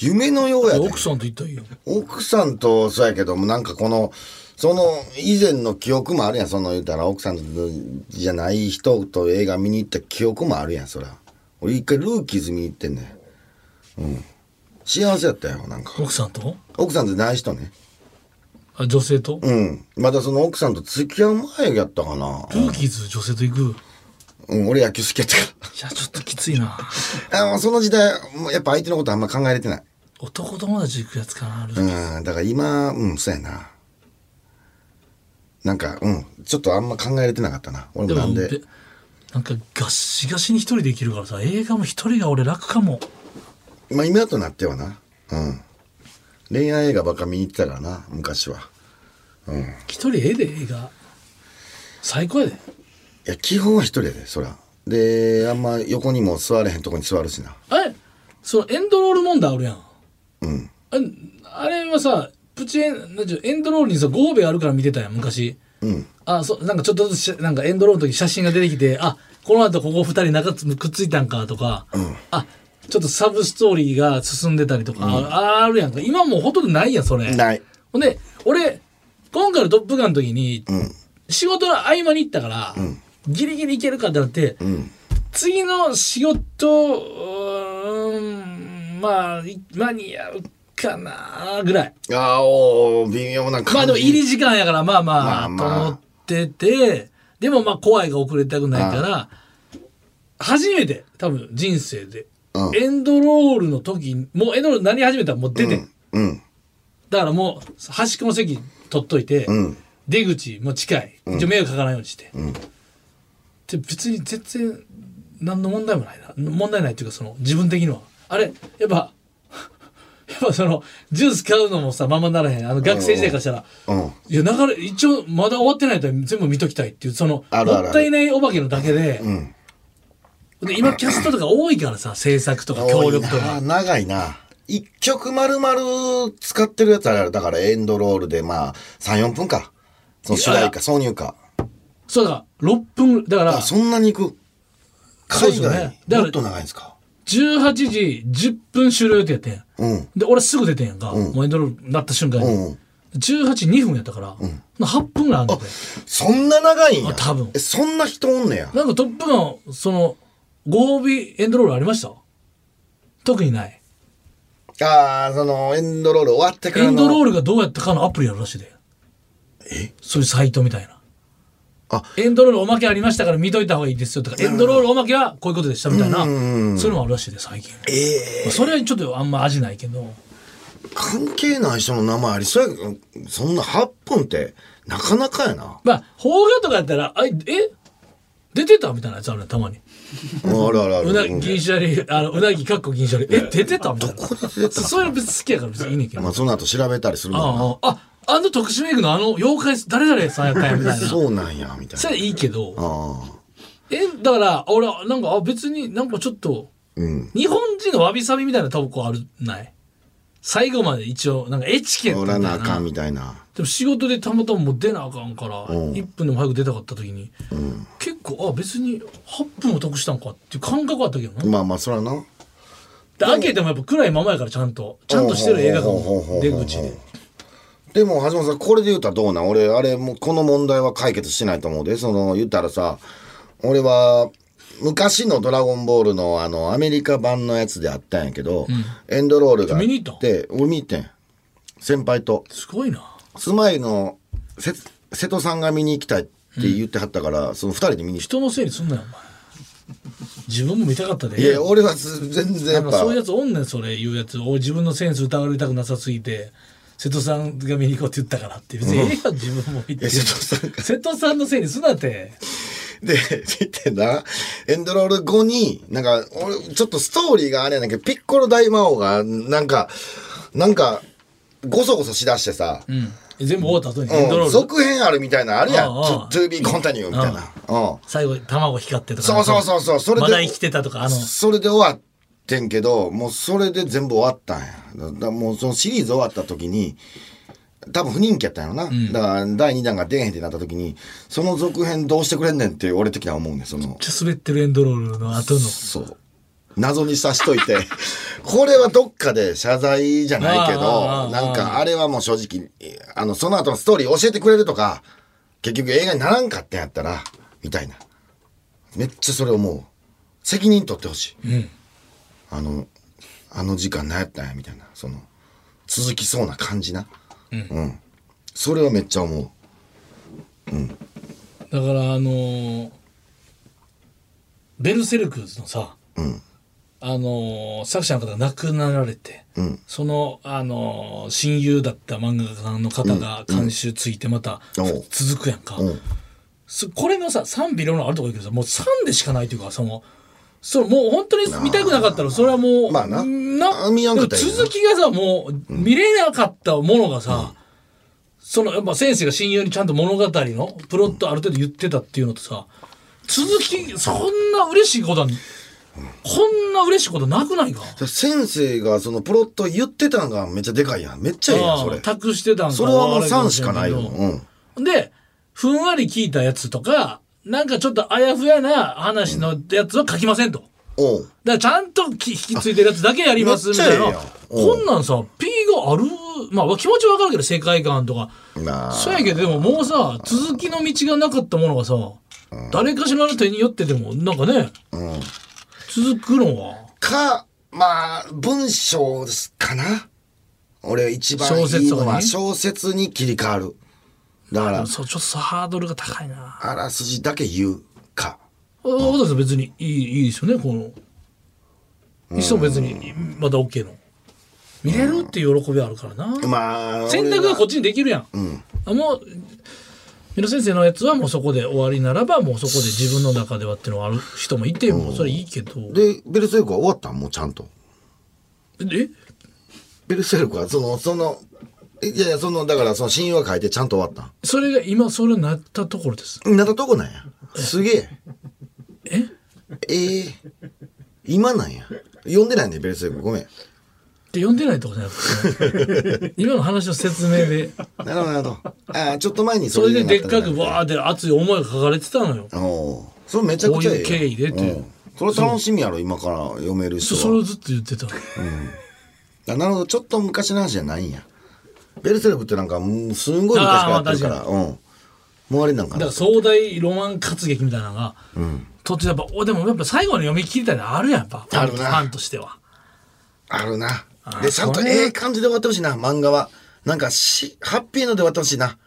夢のようやで。
奥さんと言ったらいいよ
奥さんとそうやけどもなんかこのその以前の記憶もあるやんその言うたら奥さんじゃない人と映画見に行った記憶もあるやんそら俺一回ルーキーズ見に行ってんねんうん幸せやったよなんか
奥さんと
奥さんじゃない人ね
あ女性と、
うんまだその奥さんと付き合う前やったかな
ルーキーズ女性と行くい
うん俺野球好きやったか
やちょっときついな
らあもうその時代もうやっぱ相手のことあんま考えれてない
男友達行くやつかなルーキー
うんだから今うんそうやななんかうんちょっとあんま考えれてなかったな俺もなんで
でもなんかガッシガシに一人で行けるからさ映画も一人が俺楽かも
まあ今となってはな。うん。恋愛映画ばっか見に行ってたからな、昔は。
一人ええで映画最高やで
いや、基本は一人やで、そら。で、あんま横にも座れへんとこに座るしな。
あれそのエンドロール問題あるやん
うん。
あれあれはさプチエンなんちゅうエンドロールにさゴーベあるから見てたやん昔
うん。
あそうなんかちょっとずつしなんかエンドロールの時写真が出てきてあこの後ここ二人中つくっついたんかとか、あちょっとサブストーリーが進んでたりとか、ああるやんか今もうほとんどないやんそれ
ない。
ほんで俺今回の「トップガン」の時に、
ん
仕事の合間に行ったから、ギリギリ行けるかってなって、
うん。
次の仕事うーんまあい間に合うかなぐらい
あーおー、微妙な感じ。
まあでも入り時間やからまあまあ
まあまあ
と思っててでもまあ怖いが遅れたくないから初めて多分人生で、
うん
エンドロールの時にもうエンドロールなり始めたらもう出て、
うん。
だからもう端っこの席取っといて、
うん。
出口も近い一応迷惑かからないようにして、で別に全然何の問題もないな問題ないっていうかその自分的にはあれやっぱ (laughs) やっぱそのジュース買うのもさままならへんあの学生時代からしたら、
うん。
いや流れ一応まだ終わってないと全部見ときたいっていうその
あるあるある
もったいないお化けのだけで、
うん。
で今キャストとか多いからさ制作とか協力と
多いな
か
長いな。一曲丸々使ってるやつあれだからエンドロールでまあ3、4分か。その主題歌、挿入歌。
そうだ6分だから
あ、そんなに行く。
そう
海
ですよね
外、
だから
もっと長いんですか。
18時10分終了予定やってん
うん。
で俺すぐ出てんやんか、もうエンドロールなった瞬間に、
うんうん
182分やったから、8分ぐらいあんねんて
そんな長いんや。
あ多分
え、そんな人おんねや。
なんかトップガンそのご褒美エンドロールありました特にない
ああ、その、エンドロール終わってから
エ
の。
ンドロ
ル。
ールがどうやったかのアプリやるらしいで
え
そういうサイトみたいな
あ
エンドロールおまけありましたから見といた方がいいですよとかエンドロールおまけはこういうことでしたみたいなそういうのもあるらしいで最近
ええ
まあそれはちょっとあんま味ないけど
関係ない人の名前ありそうやけど、そんな8分って、なかなかやな。
まあ邦画とかやったら「あえ出てた?」みたいなやつあるねたまに
あるあるある。
うな
うん
銀シャリあのうなぎかっこ銀シャリえ出てたみたいなそういうの別に好きやから別にいいねんけど
まあ、その後調べたりするもんな。
ああああの特殊メイクのあの妖怪誰々さんやったんやみたいな
そうなんや、みたい
そ
な。
れいいけど
ああ。
えだから俺はなんかあ別になんかちょっと
うん。
日本人のわびさびみたいなタバコあるない最後まで一応なんかエチケット
お
みた
ら
い
な
な
あかんみたいな。
でも仕事でたまたまもう出なあかんから
うん
1分でも早く出たかった時に、結構あ別に8分も得したんかっていう感覚はあったけどな、
まあまあ、そらな。
で開けてもやっぱ暗いままやからちゃんとちゃんとしてる映画館も出口で
でも、橋本さん、これで言うたらどうなん俺、あれ、もうこの問題は解決しないと思うで。その、言ったらさ、俺は、昔のドラゴンボールの、あの、アメリカ版のやつであったんやけど、エンドロールがあって。
見に行った
俺見に行ってん。先輩と。
すごいな
スマイルのせ、瀬戸さんが見に行きたいって言ってはったから、その二人で見に行っ
人のせいにすんなよお前自分も見たかったで
た。いや、俺はす全然や
なん
っ
か
ぱ。
そういうやつおんねんそれ言うやつ俺自分のセンス疑われたくなさすぎて瀬戸さんが見に行こうって言ったからって別にええやん自分も見て
え瀬戸さんが
瀬戸さんのせいにすなって
で、見てな、エンドロール後に、なんか、俺、ちょっとストーリーがあれやねんけど、ピッコロ大魔王が、なんか、なんか、ごそごそしだしてさ、
うん全部終わった後に
うん
エンドロール
続編あるみたいなのあるやん。
ああああ
to, to be continue みたいな。うん。
最後卵光ってとか
そうそうそうそうそれで
まだ生きてたとかあの
それで終わってんけど、もうそれで全部終わったんや。だだもうそのシリーズ終わった時に、多分不人気やったんやろな。だから第2弾が出えへんってなった時に、その続編どうしてくれんねんって俺的には思うねん、その。
めっちゃ滑ってるエンドロールの後の
そう。謎にさしといて、 (laughs) これはどっかで謝罪じゃないけ
あーあ
ど、
ー
なんかあれはもう正直、あの、その後のストーリー教えてくれるとか、結局映画にならんかったんやったら、みたいな。めっちゃそれ思う。責任取ってほしい。
うん
あの、あの時間何やったんや、みたいな。その、続きそうな感じな。うん。それはめっちゃ思う。
だからあのーベルセルクのさ、
ん
あのー作者の方が亡くなられて、
うん
その、あのー親友だった漫画家の方が監修ついてまた、
うんおう
続くやんか、
うん。
そこれのさ賛否両論あるとこいいけどさもう賛でしかないというかそのそれもう本当に見たくなかったらそれはもう
まあな
な
あ見やんかったらいいな
続きがさもう見れなかったものがさ、そのやっぱ先生が親友にちゃんと物語のプロットある程度言ってたっていうのとさ続きそんな嬉しいことはこんな嬉しいことなくないか
先生がそのプロット言ってたんがめっちゃでかいやん。めっちゃええやん、そ
ああ
れ。
託してたんか
それはもう3しかないよ。
わからんけど
うん。
で、ふんわり聞いたやつとか、なんかちょっとあやふやな話のやつは書きませんと。だか
おう
らちゃんとき引き継いでるやつだけやります
あ
みたい
めっ
な
ちゃえ。えやんうん
こんなんさ、P がある、まあ気持ちわかるけど世界観とか。
まあ、
そうやけど、でももうさ、続きの道がなかったものがさ、誰かしらの手によってでも、なんかね、
ん
続くのは。
か、まあ、文章かな。俺一番い
小説
い
と
の
か
は
ね
小説に切り替わる。だから、
そう、ちょっとさハードルが高いな。
あらすじだけ言うか。
小田さん別にいいいいですよねこの一層別にまだ OK の見れるっていう喜びはあるからな
まあ、
選択がこっ
俺
ちにできるやん、あもう美濃先生のやつはもうそこで終わりならばもうそこで自分の中ではっていうのはある人もいてもうそれいいけど
はで、ベルセルクは終わったんもうちゃんと。
え
ベルセルクは、その、その、えいやいや、その、だから、その、親友は書いてちゃんと終わったん
それが今それになったところです
なったとこなんや。すげえ。
え
ええ今なんや。読んでないね、ベルセルク。ごめん。
で読んでないとこじゃなく (laughs) て、ね、今の話の説明で
なるほど、なるほど。ああ、ちょっと前に
それででっ
な
か
た
く
んだ
バーって熱い思いが書かれてたのよ
おお。それめちゃくちゃええやん
こういう経緯でっていうん
それ楽しみやろ、今から読める人
そ
は。
それをずっと言ってた
あなるほどちょっと昔の話じゃないんやベルセルクってなんかもうすんごい昔からやってるから
あーまあ
うんもうあれなんか
だか
な
ら壮大ロマン活劇みたいなのが、途中やっぱおでもやっぱ最後に読み切りたいのあるやんやっぱ
あるな
ファンとしては
あるな
あー
でちゃんと
それは
ええ感じで終わってほしいな漫画はなんかしハッピーので終わってほしいな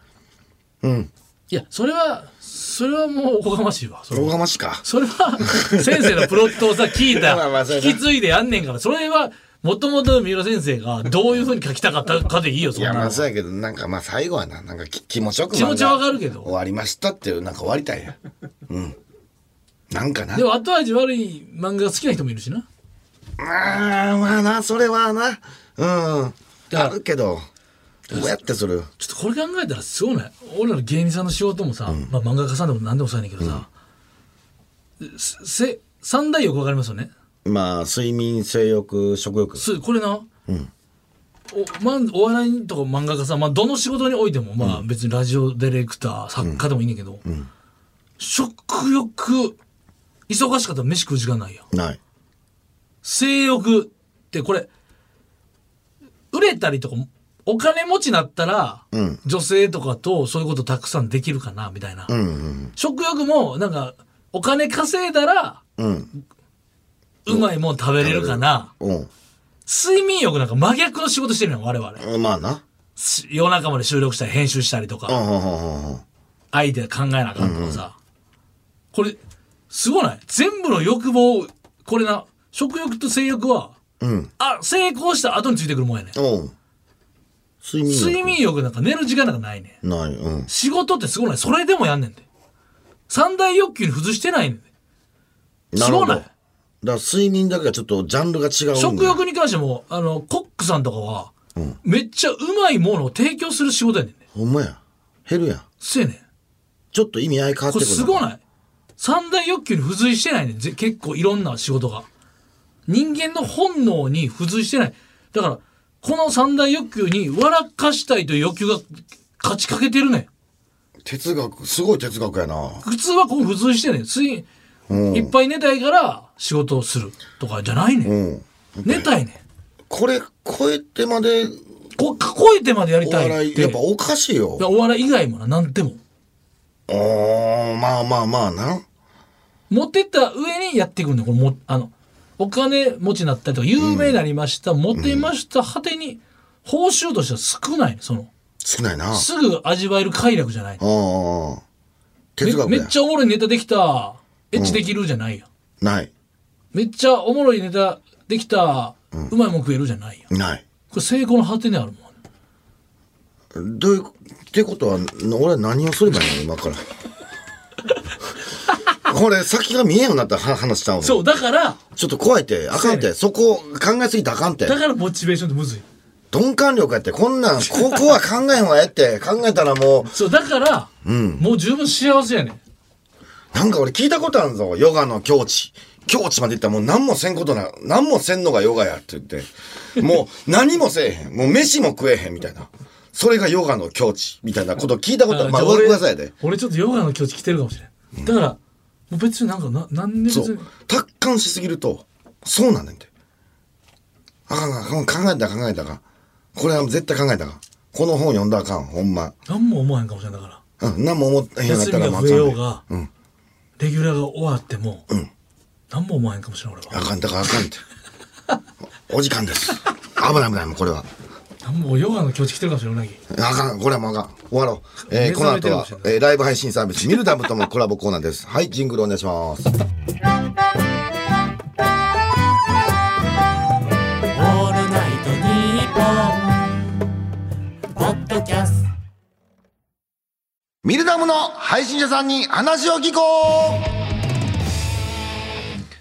うん
いやそれはそれはもうおこがましいわそれ
おこ
は
がましか
それは先生のプロットをさ聞い
(laughs)
た
まあまあそう
引
やな
き継いでやんねんからそれはもともと三浦先生がどういうふうに書きたかったかでいいよそ
い
んな
や
の
まあ
は
そうやけどなんかまあ最後はななんかき気持ちよく
気持ちは
漫画
わかるけど
終わりましたっていうなんか終わり
(laughs)
たいやんうんなんかな
でも後味悪い漫画が好きな人もいるしな
まあまあなそれはなうん
だから
あるけどどうやってそれを
ちょっとこれ考えたらすごいね俺らの芸人さんの仕事もさ、まあ、漫画家さんでも何でもそうやねんけどさ、すせ三大欲わかりますよね
まあ睡眠性欲食欲
すこれな、おまん、お笑いとか漫画家さん、まあ、どの仕事においても、まあ、別にラジオディレクター作家でもいいねんけど、食欲忙しかったら飯食う時間ないやん
ない
性欲ってこれ売れたりとかお金持ちになったら、
ん
女性とかとそういうことたくさんできるかなみたいな、
うんうん
食欲もなんかお金稼いだら
うん
うまいもん食べれるかな、
うん
睡眠欲なんか真逆の仕事してるやん我々、
うんまあな
し夜中まで収録したり編集したりとか、
うんうんうんうん
アイデア考えなあかんとかさ、これすごない全部の欲望をこれな食欲と性欲は
うん
あ成功した後についてくるもんやねん
うん睡眠欲
睡眠欲なんか寝る時間なんかないねん
ないうん
仕事ってすごないそれでもやんねんで三大欲求に付随してないねんで
なるほど
そうなん
だから睡眠だけがちょっとジャンルが違うんだよ
食欲に関してもあのコックさんとかは、めっちゃうまいものを提供する仕事やねんね
ほんまや減るやん
せやねん
ちょっと意味合い変わってく
これ
る
すご
い
ない三大欲求に付随してないねんぜ結構いろんな仕事が人間の本能に付随してないだからこの三大欲求に笑かしたいという欲求が勝ちかけてるねん
哲学すごい哲学やな
普通はこう付随してねん睡
うん
いっぱい寝たいから仕事をするとかじゃないねん、
うん
寝たいねん
これ超えてまで
こう囲えてまでやり
お
た
笑
いっ
い
て
やっぱおかしいよ
いやお笑い以外もな何でも
おーまあまあまあな
持ってった上にやっていくんだよこれもあのお金持ちになったりとか有名になりました、モテました果てに報酬としては少ないその
少ないなあ
すぐ味わえる快楽じゃない
あ哲学
めめ
や
っちゃおもろいネタできたエッチできるじゃないよ、
ない
めっちゃおもろいネタできた、うまいもん食えるじゃないよ
ない
これ成功の果てにあるもん
どういうってことは俺は何をすればいいの今
(laughs)
からこれ先が見えんようになったは話しちゃうの
そうだから
ちょっと怖いてあかん
そうや
てそこ考えすぎてあかんて
だからモチベーションってむずい
鈍感力やってこんなんここは考えんわええって考えたらもう
そうだから、もう十分幸せやねん
なんか俺聞いたことあるぞヨガの境地境地まで行ったらもう何もせんことな何もせんのがヨガやって言ってもう何もせえへんもう飯も食えへんみたいなそれがヨガの境地みたいなこと聞いたこと
あ
まあ
じゃあ
上
俺
くださいで
俺ちょっとヨガの境地来てるかもしれんだからもう別になんかな何で別
そ
に
う。達観しすぎると、そうなんねんて。あかんあかん、考えたら考えたらあかん。これは絶対考えたらあかん。この本読んだらあかん、ほんま。
何も思わへんかもしれんだから
うん、何も思ってへんやった
休
ら
みが
ま
増えよう
あ
が、レギュラーが終わっても、何も思わへんかもしれん俺
あ
は
かん、だからあかんって。お時間です。危ない危ない、もうこれは。
何もヨガの境地来てるかもしれんうなぎ
あかん、これはもうあかん。終わろう。えーこの後は、えーライブ配信サービス、ミルダムとのコラボコーナーです。 (laughs) はい、ジングルお願いします。
オールナイトニッポン」ポッドキャスト
ミルダムの配信者さんに話を聞こう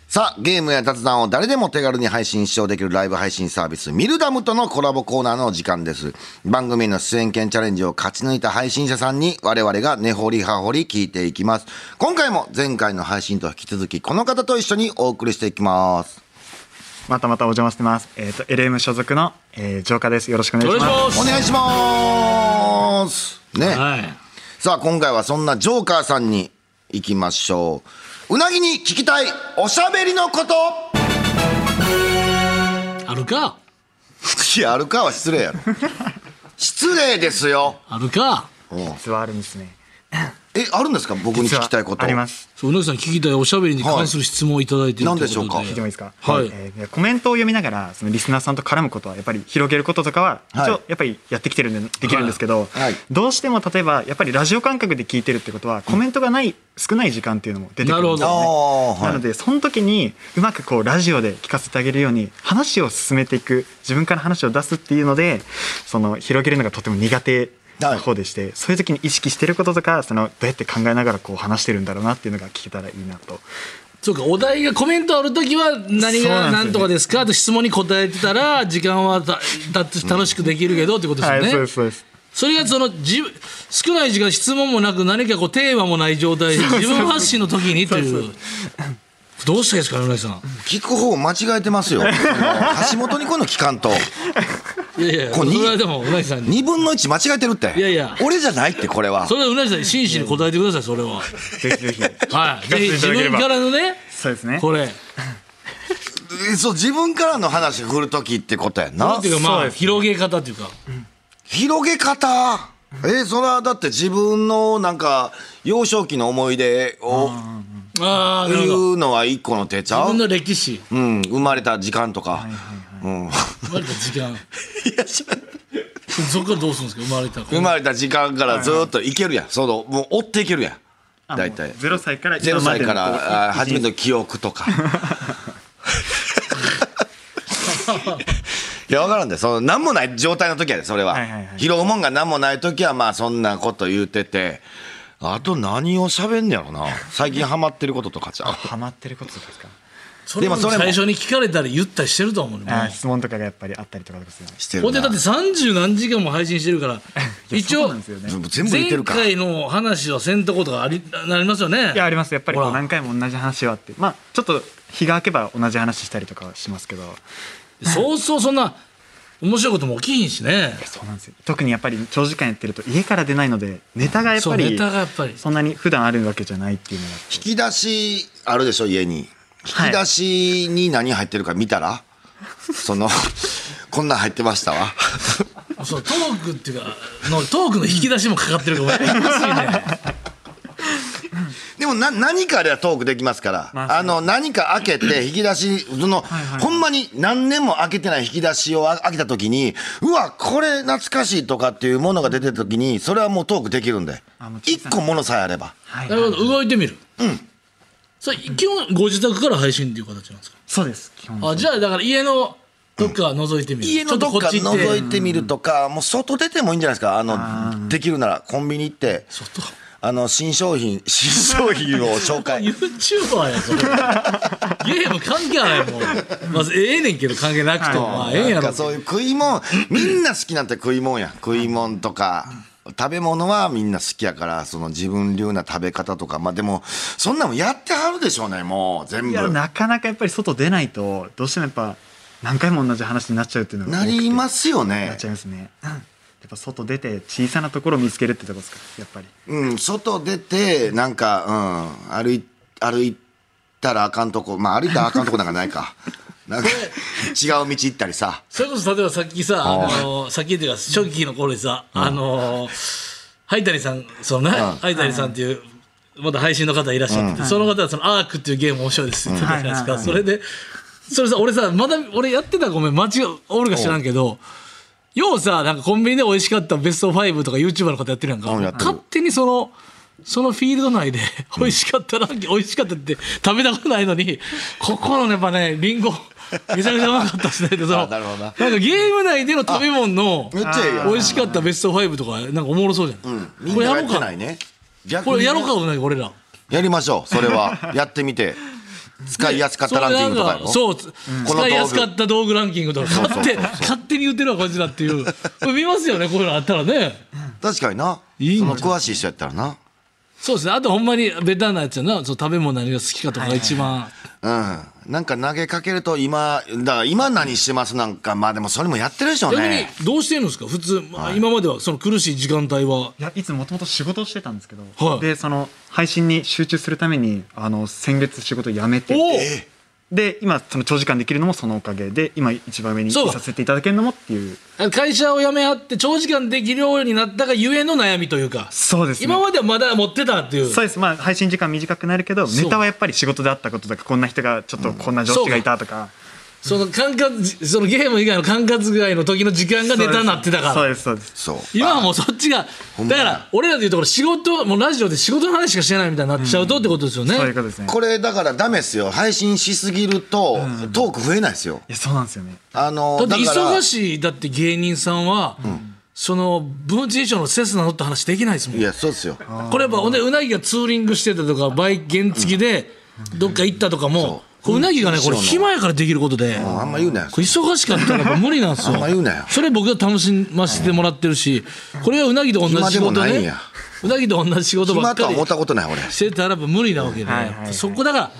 さあ、ゲームや雑談を誰でも手軽に配信視聴できるライブ配信サービス、ミルダムとのコラボコーナーの時間です。番組への出演権チャレンジを勝ち抜いた配信者さんに我々が根掘り葉掘り聞いていきます。今回も前回の配信と引き続きこの方と一緒にお送りしていきます。
またまたお邪魔してます。えっ、と、LM 所属の、えー、浄化です。よろしくお願いします。
お願いし
お願いしますね、
はい。
さあ今回はそんなジョーカーさんに行きましょううなぎに聞きたいおしゃべりのこと
あるか。
いやあるかは失礼
(laughs)
やろ失礼ですよ
あるか。
実はあるんですね。
えあるんですか僕に聞きたいこと
実はあります。
そう、うなぎさん聞きたいおしゃべりに関する質問をいただいてる
はい
とい
何で
うこと
しょうか聞
聞いてもいいですか。
はい
えーコメントを読みながら、そのリスナーさんと絡むことは、やっぱり広げることとかは、
はい
一応やっぱりやってきてるんで、できるんですけど。
はい
どうしても、例えば、やっぱりラジオ感覚で聞いてるってことは、コメントがない、少ない時間っていうのも出てくるんですよね。
なるほど
ああ
な
は
の
い
でその時にうまくこうラジオで聞かせてあげるように話を進めていく自分から話を出すっていうのでその広げるのがとても苦手な方でして、そういう時に意識してることとかそのどうやって考えながらこう話してるんだろうなっていうのが聞けたらいいなと
そうか、お題が、コメントあるときは、何
そうなんです
が
よ
何とかですかって質問に答えてたら、時間はたた楽しくできるけどってことです
は
よ
い
ね。
そうですそうです
それがそのじ少ない時間質問もなく何かこうテーマもない状態で自分発信の時にというどうしたらいいですか村井さん
聞く方間違えて
(laughs)
ますよもう橋本にこの聞かんと
いやいや
こ
こ
う
れ
に
はでも村井さんに
2分の1間違えてるって
いやいや
俺じゃないってこれは
それは村井さんに真摯に答えてくださいそれは
ぜひぜひ
はいぜひ
聞か
自
せていただけれ
分
ば
からのね
そうですね
これ
えそう自分からの話が来る時ってことや
なん
な
ていうかま
そう
あ
ですね
広げ方というか
広げ方えそれはだって自分のなんか幼少期の思い出を
ああなるほ
い
ど
うのは一個の手ちゃ
自
う
分の歴史
うん生まれた時間とかうん
生まれた時間 (laughs)
いや知らん
そこからどうするんですか生まれた
(laughs)
生まれた時間からずっといけるやんそのもう追っていけるやん大体
0歳から
0
今ま
歳
での
か
こう
らあ
一日
初めての記憶とかいや分からんでその何もない状態の時やでそれは,、
はいはいはい
拾うもんが何もない時はまあそんなこと言うててあと何を喋んねやろな最近ハマってることとかじゃん
ハマってることとかですか
そ
で
れ
も
も
それも
最初に聞かれたり言ったりしてると思うね
あー質問とかがやっぱりあったりとかですよね
して
ほ
る
んでだって
な
30何時間も配信してる
(laughs)
から一
そう
応
なんですよね
全部言ってるから
前回の話はせんとことがありなりますよね
いやありますやっぱりこ
ほ
う
ら
何回も同じ話はあってまあちょっと日が明けば同じ話したりとかはしますけど
そうそうそんな面白いことも起きひんしね
そうなんですよ特にやっぱり長時間やってると家から出ないのでネタがやっ
そう
ぱ
ネ
り
タがやっぱり
そんなに普段あるわけじゃないっていうのがあって
引き出しあるでしょ家に
はい
引き出しに何入ってるか見たら、
(laughs)
そのこんなん入ってましたわ
そうトークっていうかのトークの引き出しもかかってるから
(laughs)
ややこしいね
でもな何かあれはトークできますから、
ま
あ、
あ
の何か開けて引き出しその、ほんまに何年も開けてない引き出しをあ開けた時にうわこれ懐かしいとかっていうものが出てた時にそれはもうトークできるんで
あもう小
一
さな
個ものさえあれば
はい
なるほど動いてみるうんそれ基本ご自宅から配信っていう形なんですか
そうです基本
あじゃあだから家のどっか覗いてみる、
家のどっか
ちょとこっち
覗
行っ
い
て
てみるとかもう外出てもいいんじゃないですかあのできるならコンビニ行って
外
あの新商品 (laughs) 新商品を紹介
YouTuber やそ
(laughs)
れゲーム関係ないもんまずええねんけど関係なくても (laughs) まあええん
な
や
ん
ろ
かそういう食いもんみんな好きなんて食いもんや食いもんとか食べ物はみんな好きやからその自分流な食べ方とかまあでもそんなもんやってはるでしょうねもう全
い
部
やなかなかやっぱり外出ないとどうしてもやっぱ何回も同じ話になっちゃうっていうのが多
な
くて
りますよ
な
ね
っちゃいますねうんやっぱ外出て小さなところを見つけるってとこですかやっぱり
うん外出てなんかうん歩い歩いたらあかんとこまあ歩いたらあかんとこなんかない (laughs) かなんか違う道行ったりさ
それこそ例えばさっきさ
あ
あのさっきっていうか初期の頃でさ、あの灰谷さんそのね
うん
灰谷さんっていう、まだ配信の方いらっしゃって、その方はそのアークっていうゲーム面白いですって言ってたじゃないですか、
はいはいはい
それでそれさ俺さまだ俺やってたらごめん間違うおるか知らんけどようさなんかコンビニで美味しかったベスト5とか YouTuber の方やってるやんか、
うんやってる
勝手にそのそのフィールド内で (laughs) 美味しかったら、美味しかったって食べたことないのにここのねやっぱねリンゴめちゃくちゃうまかったしねってそ
あ
の
なるほどなん
かゲーム内での食べ物の
めっちゃええやん
美味しかったベスト5とかなんかおもろそうじゃない、
み
こ
ん
れ
ながや
やろう
ってな
か
いね逆
こ
に
れ
ね
やろうかない俺ら
やりましょうそれ
(laughs)
はやってみて使いやすかったランキングとかやろ
そうなんか
こ
そ
の道
う
具
使いやすかった道具ランキングとか
そうそうそう
勝手勝手に言ってるわこいつらっていうこれ見ますよねこういうのあったらね
確かにない
いんじ
そ
ゃな
の
い
詳しい人やったらな
そうですねあとほんまにベタなやつやなその食べ物何が好きかとかが一番
うん。なんか投げかけると今、だから今何してますなんか、まあでもそれもやってるでしょう
逆
ね。
にどうしてるんですか普通、まあ今まではその苦しい時間帯はい
やいつもともと仕事をしてたんですけど、
はい
でその配信に集中するためにあの先月仕事辞めて
おお
で今その長時間できるのもそのおかげで今一番上にい
そうだ
させていただけるのもっていう
会社を辞めあって長時間できるようになったがゆえの悩みというか
そうですね
今まではまだ持ってたっていう
そうですまあ配信時間短くなるけど
そう
ネタはやっぱり仕事であったこととかこんな人がちょっとこんな上司がいたとか、
その管轄そのゲーム以外の管轄外の時の時間がネタになってたから
そうですそうです
そう。
今はもうそっちが
んま
だ
や
から俺らでいうところ仕事もうラジオで仕事の話しかしてないみたいになっちゃうとってことですよね、
そういうことですね
これだからダメですよ。配信しすぎると、トーク増えないですよ。
いやそうなんですよね
あの、
だって
から
忙しいだって芸人さんは、その文治以上のセスナ乗った話できないですもん
いや、そうですよ。
これやっぱほんでうなぎがツーリングしてたとかバイク原付きでどっか行ったとかも、こううなぎがねこれ暇やからできることで、
あんま言うなよ。
これ忙しかったらやっぱ無理なんですよ
あんま言うなよ
それ僕が楽しませてもらってるしこれはうなぎと同じ
暇
仕
でも
事
ないん
ね
や
うなぎと同じ仕事ば
暇
っ
と
か
は
り
思ったことない、俺。
してたらやっぱ無理なわけで、
はいはいはい
そこだから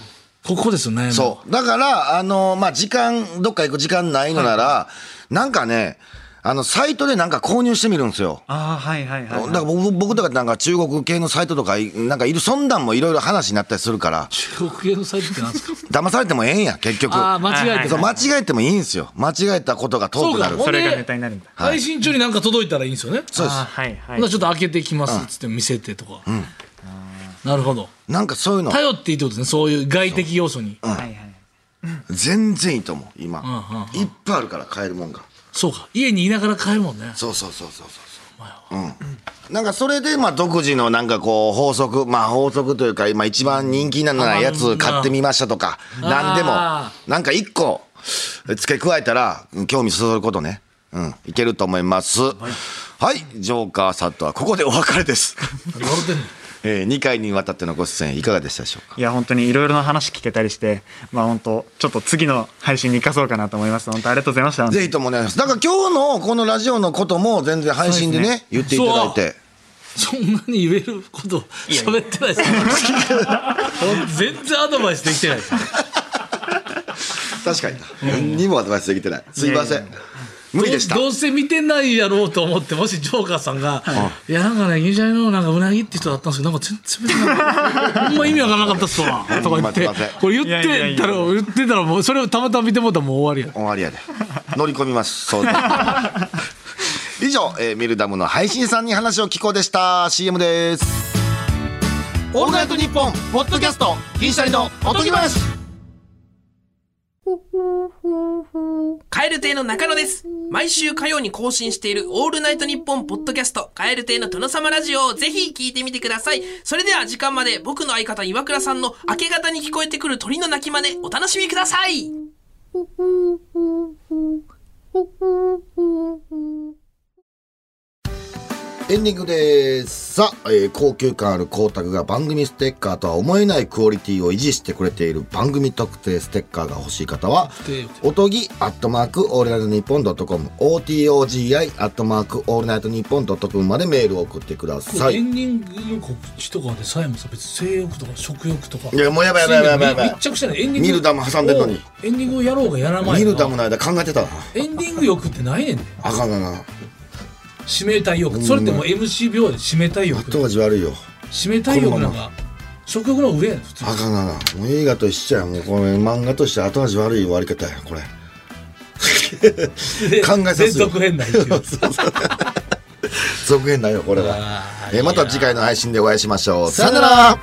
ここですよね
そう。だから、あの、まあ、時間、どっか行く時間ないのなら、なんかね、あの、サイトでなんか購入してみるんですよ。
ああはいはいはい、
だ
はい、
から僕僕とかなんか中国系のサイトとかい、なんかいる、そんなんもいろいろ話になったりするから、
中国系のサイトってなんですか
騙されてもええんや、結局。
ああ間違えて
そう、
た
間違えてもいいんですよ。間違えたことが遠くなる。
そうか
それ
ほん
が
で
ネタになるんだ
配信中になんか届いたらいいんですよね
そうです
あーはいは
ほん
い
ならちょっと開けてきますっつって見せてとか、なるほど
なんかそういうの、
頼っていいってことですねそういう外的要素に
はいはい
全然いいと思う、今。
うんうん
いっぱいあるから、買えるもんが。
そうか家にいながら買えるもんね
そうそうそうそうそう。うん。なんかそれで、まあ、独自のなんかこう、法則、まあ、法則というか、今一番人気なのなや
あま
つ
あ
買ってみましたとか、
あ
なんでも
あ、
なんか一個付け加えたら、うん興味そそることね。うん、いけると思います。はい、ジョーカーさんとはここでお別れ (laughs) です。
言われてんの
えー、2回にわたってのご出演いかがでしたでしょうか
いや本当にいろいろな話聞けたりしてまあ本当ちょっと次の配信に生かそうかなと思います本当ありがとうございました
ぜひともお願いします。だから今日のこのラジオのことも全然配信でね、言っていただいて。
そんなに言えること喋ってないで
(laughs)
すよ (laughs) 全然アドバイスできてないです
確かにな。にもアドバイスできてない。すいません。無理でした
ど。うどうせ見てないやろうと思ってもしジョーカーさんが「いやなんかね銀シャリのなんかうなぎって人だったんですけどなんか全然見てないほんま意味わからなかったっすわ」とか言って
ほんま待って
これ言っ
いやいや
て
い
た
や
ら言ってたらもうそれをたまたま見てもうたらもう終わりや
終わりやで。乗り込みます。そう (laughs) だ以上、えーミルダムの配信さんに話を聞こうでした。CM です。
オールナイトニッポンポッドキャスト銀シャリのおとぎ話
蛙亭の中野です。毎週火曜に更新しているオールナイトニッポンポッドキャスト、蛙亭の殿様ラジオをぜひ聞いてみてください。それでは時間まで僕の相方岩倉さんの明け方に聞こえてくる鳥の鳴き真似、お楽しみください。
エンディングです。さあ、えー高級感ある光沢が番組ステッカーとは思えないクオリティを維持してくれている番組特定ステッカーが欲しい方は、おとぎ、アットマーク、オールナイトニッポンドットコム、OTOGI、アットマーク、オールナイトニッポンドットコムまでメールを送ってくださ
エ
い。
ンディングの告知とかでさえもさ別に性欲とか食欲とか
いやもうやばいやばいやばいやばい
密着してないエンディング
見る玉挟んでんのに
エンディングをやろうがやらまい
ミ
が
ルダムの間考えてたな。
エンディング欲ってないねん
あかんなな。
指名体欲それってもう MC 秒で指名体欲
後味悪いよ。
指名体欲なんか食欲の上やん普通
あかんなな。もう映画と一緒や。もうこれ漫画として後味悪い終わり方や。 (laughs) これ。
で
考えさせる
連続変な一応
続編だよ、これは。
あー
えーまた次回の配信でお会いしましょう。さよなら